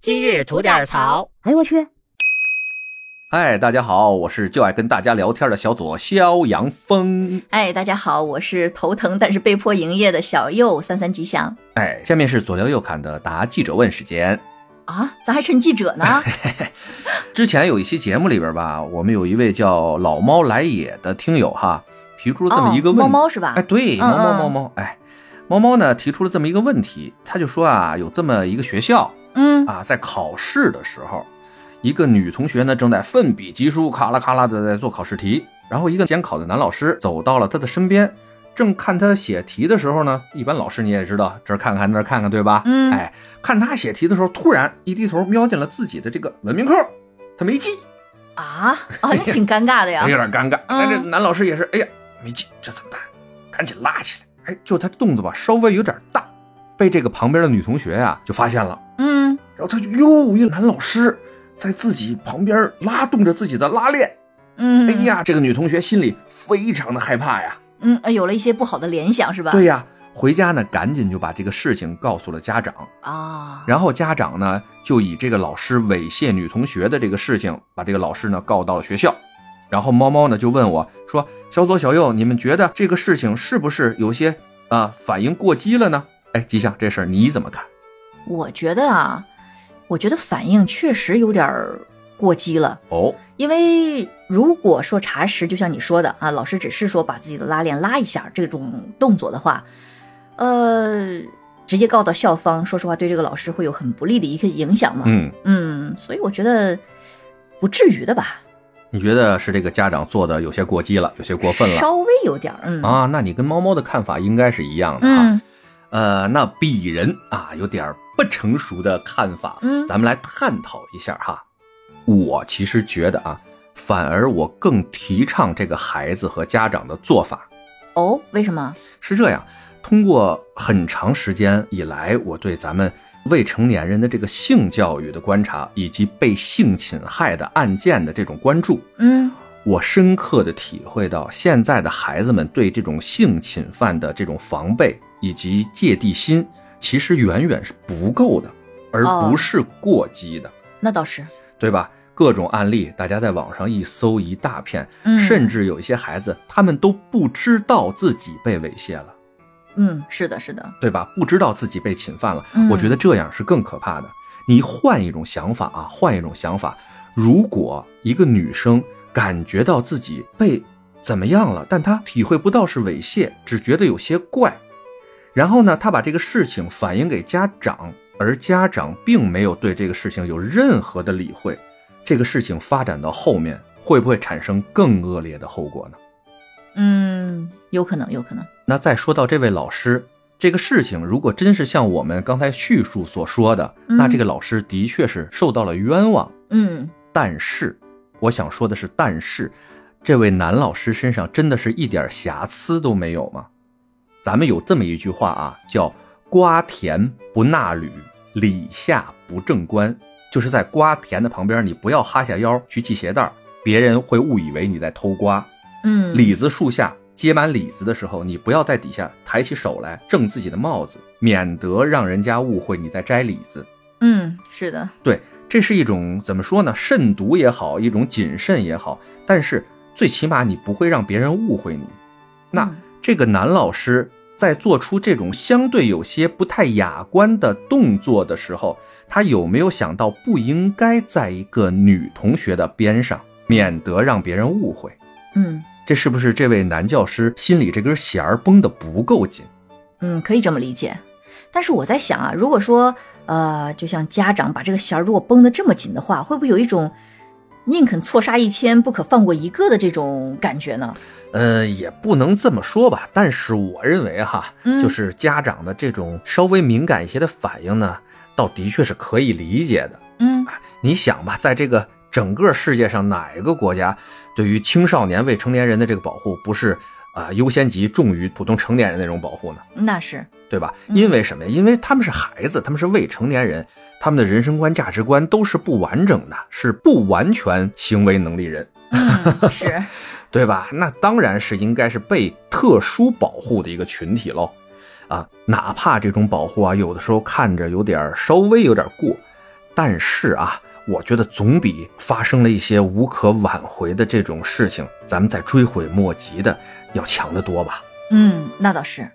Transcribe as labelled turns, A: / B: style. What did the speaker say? A: 今日吐点槽。
B: 哎我去，
C: 嗨，哎大家好，我是就爱跟大家聊天的小左肖阳峰。
D: 哎，大家好，我是头疼但是被迫营业的小右，三三吉祥
C: 哎，下面是左聊右侃的答记者问时间。
D: 啊！咱还趁记者呢，
C: 哎之前有一期节目里边吧，我们有一位叫老猫来也的听友哈，提出了这么一个问题。
D: 哦、猫猫是吧？
C: 哎，对，
D: 嗯
C: 猫猫
D: 嗯
C: 猫猫，哎，猫猫呢提出了这么一个问题，他就说啊，有这么一个学校
D: 嗯，
C: 啊，在考试的时候，一个女同学呢正在奋笔疾书，咔啦咔啦的在做考试题，然后一个监考的男老师走到了她的身边，正看她写题的时候呢，一般老师你也知道，这儿看看那儿看看，对吧？
D: 嗯
C: 哎，看她写题的时候，突然一低头瞄见了自己的这个文明扣，她没记，
D: 啊啊，那挺尴尬的呀
C: 有。点尴尬。
D: 嗯
C: 但这男老师也是，哎呀，没劲，这怎么办？赶紧拉起来。哎，就他动作吧，稍微有点大，被这个旁边的女同学呀、啊就发现了。
D: 嗯，
C: 然后他就哟，一男老师在自己旁边拉动着自己的拉链。
D: 嗯，
C: 哎，呀，这个女同学心里非常的害怕呀。
D: 嗯，呃有了一些不好的联想是吧？
C: 对呀，回家呢，赶紧就把这个事情告诉了家长。
D: 啊，
C: 然后家长呢，就以这个老师猥亵女同学的这个事情，把这个老师呢告到了学校。然后猫猫呢就问我说：“小左、小右，你们觉得这个事情是不是有些啊、呃反应过激了呢？”哎，吉祥，这事儿你怎么看？
D: 我觉得啊，我觉得反应确实有点儿过激了。
C: 哦，
D: 因为如果说查实，就像你说的啊，老师只是说把自己的拉链拉一下这种动作的话，呃，直接告到校方，说实话对这个老师会有很不利的一个影响嘛。
C: 嗯，
D: 嗯所以我觉得不至于的吧，
C: 你觉得是这个家长做的有些过激了，有些过分了
D: 稍微有点儿，嗯
C: 啊？那你跟猫猫的看法应该是一样的哈。
D: 嗯
C: 呃，那鄙人啊有点儿不成熟的看法，
D: 嗯
C: 咱们来探讨一下哈。我其实觉得啊，反而我更提倡这个孩子和家长的做法
D: 哦，为什么？
C: 是这样：通过很长时间以来，我对咱们未成年人的这个性教育的观察，以及被性侵害的案件的这种关注，
D: 嗯
C: 我深刻的体会到，现在的孩子们对这种性侵犯的这种防备以及芥蒂心，其实远远是不够的，而
D: 哦
C: 不是过激的，
D: 那倒是，
C: 对吧？各种案例，大家在网上一搜一大片，
D: 嗯
C: 甚至有一些孩子，他们都不知道自己被猥亵了，
D: 嗯，是的，是的，
C: 对吧？不知道自己被侵犯了，
D: 嗯
C: 我觉得这样是更可怕的。你换一种想法啊，换一种想法。如果一个女生感觉到自己被怎么样了，但她体会不到是猥亵，只觉得有些怪，然后呢，她把这个事情反映给家长，而家长并没有对这个事情有任何的理会，这个事情发展到后面会不会产生更恶劣的后果呢？
D: 嗯，有可能，有可能，
C: 那再说到这位老师，这个事情如果真是像我们刚才叙述所说的，
D: 嗯
C: 那这个老师的确是受到了冤枉。
D: 嗯
C: 但是，我想说的是，但是，这位男老师身上真的是一点瑕疵都没有吗？咱们有这么一句话啊，叫“瓜田不纳履，李下不正官”，就是在瓜田的旁边，你不要哈下腰去系鞋带儿，别人会误以为你在偷瓜。
D: 嗯，
C: 李子树下结满李子的时候，你不要在底下抬起手来挣自己的帽子，免得让人家误会你在摘李子。
D: 嗯，是的，
C: 对，这是一种怎么说呢？慎独也好，一种谨慎也好，但是最起码你不会让别人误会你。那、
D: 嗯
C: 这个男老师在做出这种相对有些不太雅观的动作的时候，他有没有想到不应该在一个女同学的边上，免得让别人误会？
D: 嗯
C: 这是不是这位男教师心里这根弦儿绷得不够紧？
D: 嗯，可以这么理解。但是我在想啊，如果说呃，就像家长把这个弦儿如果绷得这么紧的话，会不会有一种宁肯错杀一千，不可放过一个的这种感觉呢？
C: 呃，也不能这么说吧。但是我认为哈，
D: 嗯
C: 就是家长的这种稍微敏感一些的反应呢，倒的确是可以理解的。
D: 嗯
C: 你想吧，在这个整个世界上，哪一个国家对于青少年未成年人的这个保护不是啊、呃优先级重于普通成年人那种保护呢？
D: 那是，
C: 对吧？
D: 嗯
C: 因为什么呀？因为他们是孩子，他们是未成年人，他们的人生观、价值观都是不完整的，是不完全行为能力人，
D: 嗯，是，
C: 对吧？那当然是应该是被特殊保护的一个群体喽。啊，哪怕这种保护啊，有的时候看着有点儿稍微有点过，但是啊，我觉得总比发生了一些无可挽回的这种事情，咱们再追悔莫及的要强得多吧。
D: 嗯，那倒是。